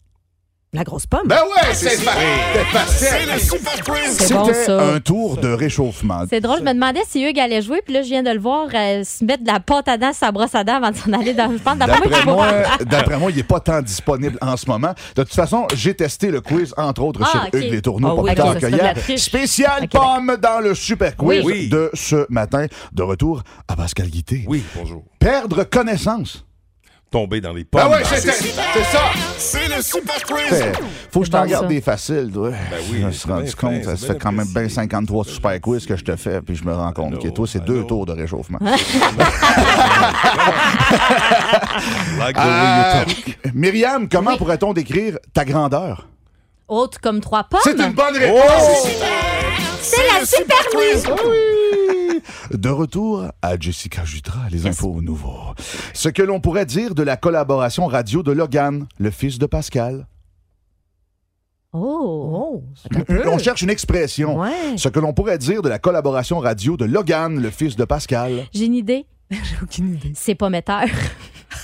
La grosse pomme.
Ben
Ah,
ouais, c'est fa- c'est facile.
C'est le super quiz.
C'était
C'est bon, ça.
un tour de réchauffement.
C'est drôle, je me demandais si Hugues allait jouer, puis là, je viens de le voir euh, se mettre de la pâte à dents, sa brosse à dents avant de s'en aller dans le pente. D'après moi,
D'après
il va-
moi, d'après moi, il n'est pas tant disponible en ce moment. De toute façon, j'ai testé le quiz, entre autres,
Ah,
sur
ok.
Hugues Les Tourneaux,
Ah
pas
oui,
plus tard
ok,
que
ça, c'est
hier.
de la triche.
Spécial pomme dans le super quiz
Oui.
de ce matin. De retour à Pascal Guité.
Oui, bonjour.
Perdre connaissance.
Tomber dans les pommes.
Ah ouais,
Ah,
c'était- <laughs>
c'est-
c'est ça.
C'est le super
Fait-
quiz.
Faut que je
C'est
t'en
bon,
garde
ça.
des faciles, toi. je me suis
bien
rendu
fait,
compte, ça
c'est
se
bien
fait quand même bien 53 super quiz que je te fais, puis je me rends compte que toi, c'est deux tours de réchauffement.
Like the way you talk.
Euh, <laughs> Myriam, comment pourrait-on décrire ta grandeur?
Ah, Haute comme trois pommes.
C'est une bonne réponse. Oh!
C'est la super quiz.
De retour à Jessica Jutra, les infos nouveaux. Ce que l'on pourrait dire de la collaboration radio de Logan, le fils de Pascal.
Oh.
On cherche une expression. Ce que l'on pourrait dire de la collaboration radio de Logan, le fils de Pascal.
J'ai une idée. J'ai aucune idée. C'est pas metteur.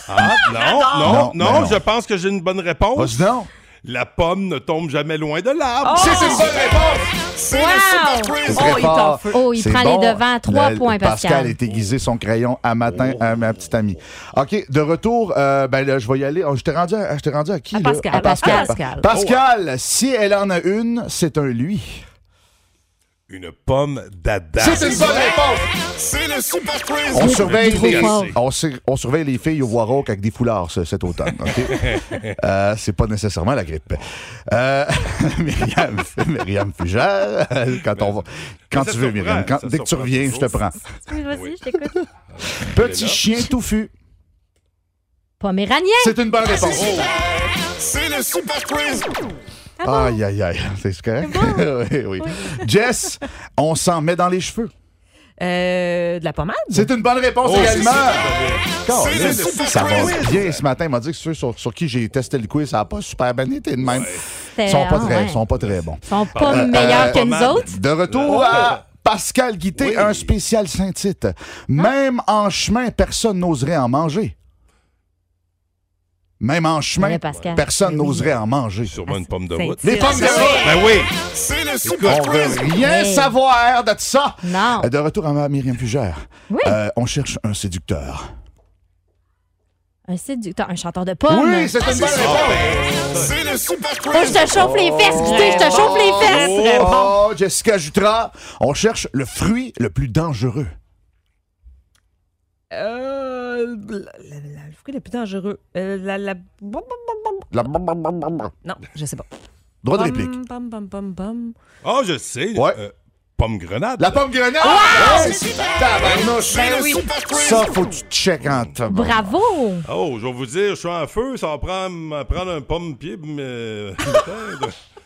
Ah, non, non,
Non,
non,
ben non.
je pense que j'ai une bonne réponse.
non.
La pomme ne tombe jamais loin de l'arbre.
Oh!
C'est une bonne réponse.
C'est le super quiz.
C'est très fort.
Oh, il
C'est
prend
bon.
les devants. Trois
Le-
points, Pascal.
Pascal est aiguisé son crayon à matin à ma petite amie. OK, de retour, euh, ben là, je vais y aller. Oh, je t'ai rendu, à- je t'ai rendu à qui?
Ah,
À
là?
Pascal.
À Pascal.
Pascal.
Pascal, si elle en a une, c'est un lui.
Une pomme d'Adam.
C'est une bonne réponse.
C'est le super quiz.
On surveille,
trop
les,
fort.
on, sur- on surveille les filles au voie rauque avec des foulards ce- cet automne. OK? Euh, c'est pas nécessairement la grippe. Euh, Myriam, Myriam Fugère, quand, on va, quand
ça
tu veux,
surprend,
Myriam, quand-
ça
dès que tu
surprend
reviens, je te
toujours.
prends.
Vas-y, je t'écoute.
Petit chien touffu.
Poméranien.
C'est Ah une bonne réponse.
C'est le super quiz.
Aïe, aïe, aïe. C'est ce que. oui, oui. Jess, on s'en met dans les cheveux.
Euh, de la pommade?
C'est une bonne réponse
Oh,
également.
c'est
Colin,
super. C'est le super
ça
quiz.
va bien ce matin. Il m'a dit que ceux sur, sur qui j'ai testé le quiz, ça n'a pas super bien été de même.
C'est-
Ils sont pas
ah,
très,
ouais.
ils sont pas très Euh, bons.
Ils sont pas meilleurs que nous autres?
De
Oh!
retour
Ouais.
à Pascal Guité, un spécial Saint-Tite. Même en chemin, personne n'oserait en manger. Même en chemin,
Ouais, Pascal.
personne
Ben oui.
n'oserait en manger.
Sûrement une pomme de
C'est-
route.
Les pommes de route!
Ben oui!
C'est le
On veut rien savoir de ça.
Non.
De retour à Myriam Fugère.
Oui.
Euh, on cherche un séducteur.
Un séducteur, un chanteur de
Ah,
pommes.
Oui, c'est une bonne
réponse.
C'est le super quiz.
Faut que je te chauffe les fesses, Guité, je te chauffe les fesses.
Oh, Jessica Jutra, on cherche le fruit le plus dangereux.
Euh, la- la- la- le fruit le plus dangereux. Euh, la, la...
La-
Non, je sais pas.
Droit de
Pom,
réplique.
pom, pom, pom, pom.
Ah, je sais. euh, pomme grenade.
La pomme grenade!
Wow!
Ouais,
C'est
c'est
super!
tabarnouche.
Ben oui.
Ça, faut que tu checkes en tabarnak.
Bravo!
Oh, je vais vous dire, je suis en feu, ça va prendre, prendre un pomme pied. Mais... euh,
<laughs>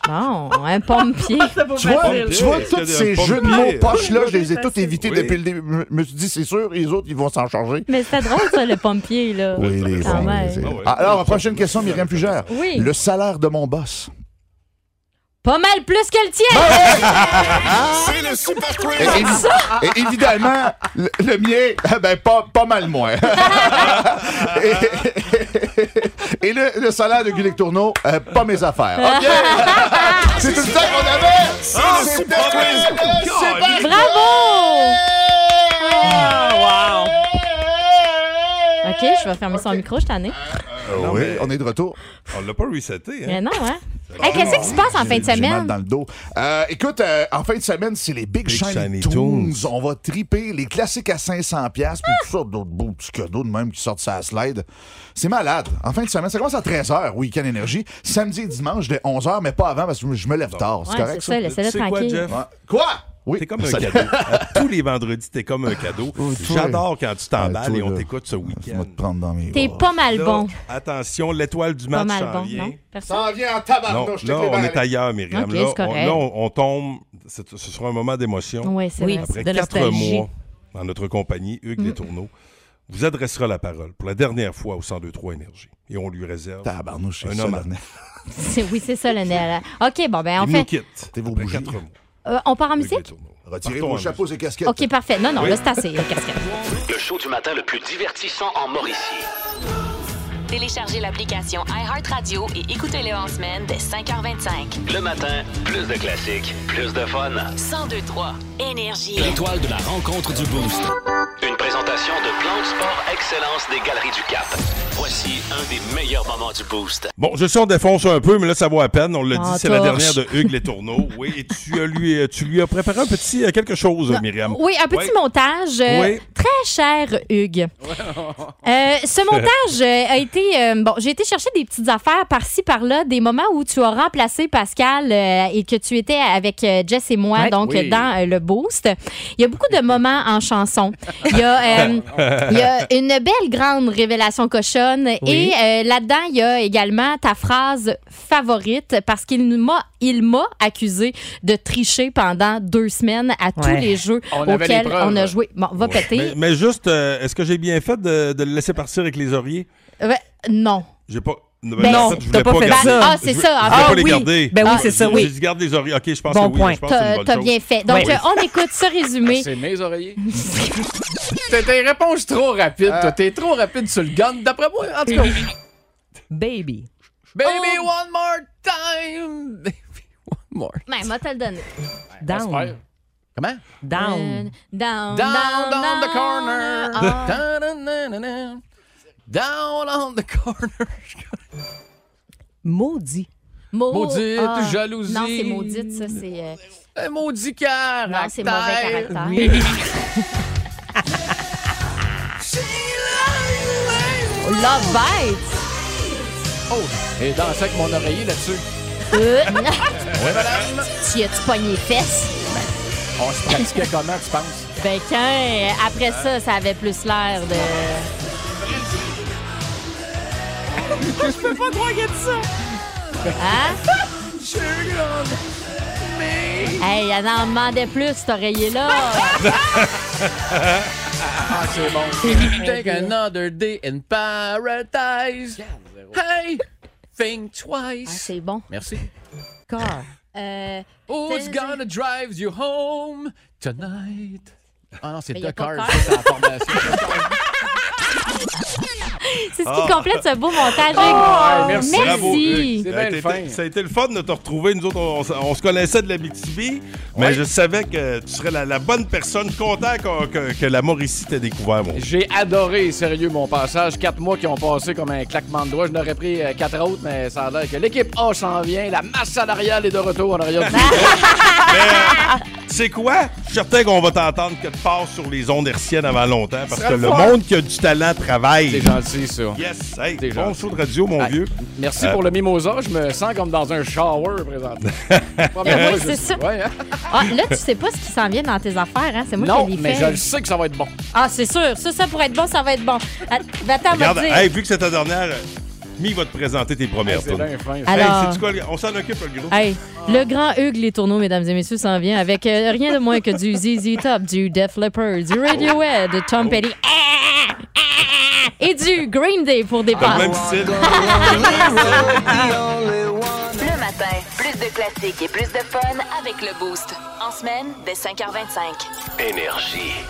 Non, un <laughs> pompier.
Tu vois, tu vois tous ces jeux de mots
Ah
poches-là, je les ai tous évités
Oui.
depuis le début. Je me suis dit, c'est sûr, les autres, ils vont s'en charger.
Mais c'était drôle, ça, le pompier, là.
Oui, les
Quand
bons,
même.
Ah
les- Ah, Alors, prochaine question, Myriam Fugère.
Oui.
Le salaire de mon boss.
Pas mal plus que le tien!
C'est le super
Et,
quiz.
évi- et évidemment, le, le mien, <laughs> eh ben, pas, pas mal moins. et et le, le salaire de Gulick Tourneau, euh, pas mes affaires.
Ah,
OK? <laughs> C'est tout ça qu'on avait!
C'est le super quiz.
Bravo! OK, je vais fermer son micro, je t'en ai.
Non,
oui,
mais-
on est de retour.
On l'a pas reseté.
Mais
Hein?
non, hein? Hey, qu'est-ce qui se passe en fin de
J'ai- j'ai mal
semaine?
dans le dos. Euh, écoute, euh, en fin de semaine, c'est les Big, Shiny, Tunes. On va triper les classiques à 500$, puis toutes sortes d'autres beaux petits cadeaux de même qui sortent ça slide. C'est malade. En fin de semaine, ça commence à 13h, Week-end Énergie. Samedi et dimanche, de 11h, mais pas avant parce que je me lève tard. C'est
Ouais,
correct,
c'est ça, laissez-le
Tu sais quoi,
tranquille.
Jeff?
Ouais. Quoi? Ah Oui.
T'es comme un
Ça- Oh,
cadeau. À tous les vendredis, t'es comme un cadeau. J'adore quand tu
Ah,
t'emballes et on t'écoute ce week-end.
te prendre dans mes
T'es pas mal
Là,
bon.
Attention, l'étoile du
Pas
match
mal
s'en
bon,
vient.
non? Personne?
Ça en vient en
Non,
tabarnouche.
là, on est ailleurs, Myriam.
Ok,
là,
c'est
on,
correct.
là, on- on tombe. c'est- Ce sera un moment d'émotion.
Ouais, c'est Oui, vrai.
Après
de
quatre
nostalgie.
mois dans notre compagnie, Hugues
Mm.
Détourneau vous adressera la parole pour la dernière fois au 1023 Énergie. Et on lui réserve
Tabarnouche, c'est
un
ça,
homme.
la
C'est- Oui, c'est ça, le nez. OK, bon, ben, en
Il nous
fait,
quitte.
T'es vos
après quatre mois.
euh, on part en musique?
Retirez
Partons
vos
en
chapeaux et casquettes.
<laughs> OK, parfait. Non, non,
Oui.
là, c'est assez, euh, les casquettes.
Le show du matin le plus divertissant en Mauricie.
Téléchargez l'application iHeartRadio et écoutez-le en semaine dès 5h25.
Le matin, plus de classiques, plus de fun.
1023 Énergie.
L'étoile de la rencontre du Boost. Une présentation de Plan de Sport Excellence des Galeries du Cap. Voici un des meilleurs moments du Boost.
Bon, je sais, on défonce un peu, mais là, ça vaut à peine. On l'a
En
Ah,
dit, c'est la
torche.
dernière de Hugues Les Tourneaux. Oui, et tu, as lui, euh, tu lui as préparé un petit euh, quelque chose, Myriam.
Oui, un petit montage. euh,
Oui.
Très cher, Hugues. Euh, ce montage euh, a été. euh, bon, j'ai été chercher des petites affaires par-ci, par-là, des moments où tu as remplacé Pascal euh, et que tu étais avec euh, Jess et moi,
Ouais.
donc
Oui.
dans euh, le Boost. Il y a beaucoup de moments en chanson. Il y a. euh, il y a une belle grande révélation cochonne.
Oui.
Et euh, là-dedans, il y a également ta phrase favorite parce qu'il nous m'a, il m'a accusé de tricher pendant deux semaines à tous
Ouais.
les jeux
On avait
auxquels
les preuves.
on a joué. Bon, va
Mais,
péter.
mais juste, euh, est-ce que j'ai bien fait de, de le laisser partir avec les oreillers?
Euh, non.
J'ai pas.
Ben,
en
t'as
je voulais
pas fait
garder-
ça. Ah, c'est
je voulais-
ça, en
Je
fait.
voulais
Ah,
pas les
oui.
garder.
Ben oui, c'est ça, oui.
J'ai dit garde les oreillers. OK, je pense
Bon
que oui.
point.
Je pense que c'est une
T'as
bonne
t'as
chose.
bien fait. Donc,
Oui.
euh, on écoute ce
<laughs>
résumé.
C'est mes oreillers. T'as des réponses trop rapides, toi. T'es trop rapide sur le gun, d'après moi. En tout cas.
Baby.
Baby,
Oh.
one more time. Baby, one more.
Ben, moi, te le donner.
J'espère. Comment?
Down. Euh, Down, down,
Down, down the corner.
Ah.
<laughs> Da-da-da-da-da. Down on the corner. <laughs>
Maudit.
Mau-
Maudite,
ah.
jalousie.
Non, c'est maudite, ça, c'est. euh,
Un maudit cœur.
Non, c'est mauvais caractère. Love Bites.
Et danser avec mon oreiller là-dessus.
Euh,
Ouais, madame.
Tu as-tu pogné les fesses?
On se pratiquait <laughs> comment, tu penses?
Ben, quand, euh, après ça, ça avait plus l'air de.
Je peux pas croire qu'il y a de ça.
Hein? Hey, elle en demandait plus, cette oreiller-là.
<laughs> Ah, c'est bon.
<laughs>
Take another day in paradise. Hey, think twice.
Ah, c'est bon.
Merci.
Car. Euh,
Who's
t'es-
gonna drive you home tonight? Ah non, c'est
Mais y a
The
pas
Cars,
Cars.
ça, c'est la formation.
C'est ce qui complète ce beau montage.
Ah,
Hugues.
merci. Bravo, Luc.
Merci.
Ça a été- Ça a été le fun de te retrouver. Nous autres, on, on- on se connaissait de la BTV, mais je savais que tu serais la, la bonne personne. Content qu'on- que, que la Mauricie t'ait découvert, mon
J'ai adoré, sérieux, mon passage. Quatre mois qui ont passé comme un claquement de doigts. Je n'aurais pris euh, quatre autres, mais ça a l'air que l'équipe A s'en vient. La masse salariale est de retour en arrière du
C'est quoi? Je suis certain qu'on va t'entendre que tu passes sur les ondes herciennes avant longtemps parce
Ça
que le
va.
monde qui a du talent travaille. C'est
gentil, ça.
Yes, hey, bon show de radio, mon vieux.
Merci
Euh,
pour le mimosa. Je me sens comme dans un shower présentement. Première
Ben oui,
fois, je
c'est
suis-
ça.
Ouais, hein?
Ah, là, tu sais pas ce qui s'en vient dans tes affaires, hein? C'est moi
non,
qui l'ai
mais
fait.
je le sais que ça va être bon.
Ah, c'est sûr. Ça, ça pour être bon, ça va être bon. Ah, ben, Attends, on va
Regarde,
dire.
hey, vu que c'est ta dernière, euh, Mi va te présenter tes premières
c'est
tunes.
bien fin,
ça. Alors- Ah.
Hey, sais-tu quoi, le- on s'en occupe, le gros.
Hey, le grand Hugues Les Tourneaux, mesdames et messieurs, s'en vient avec euh, rien de moins que du ZZ Top, du Def Leppard, du Radiohead, de
Oh.
Tom Petty Ah! Ah! et du Green Day pour des
Dans le Ah, même
Oh
style.
Le matin, plus de classiques et plus de fun avec le Boost.
En semaine, dès 5h25.
Énergie.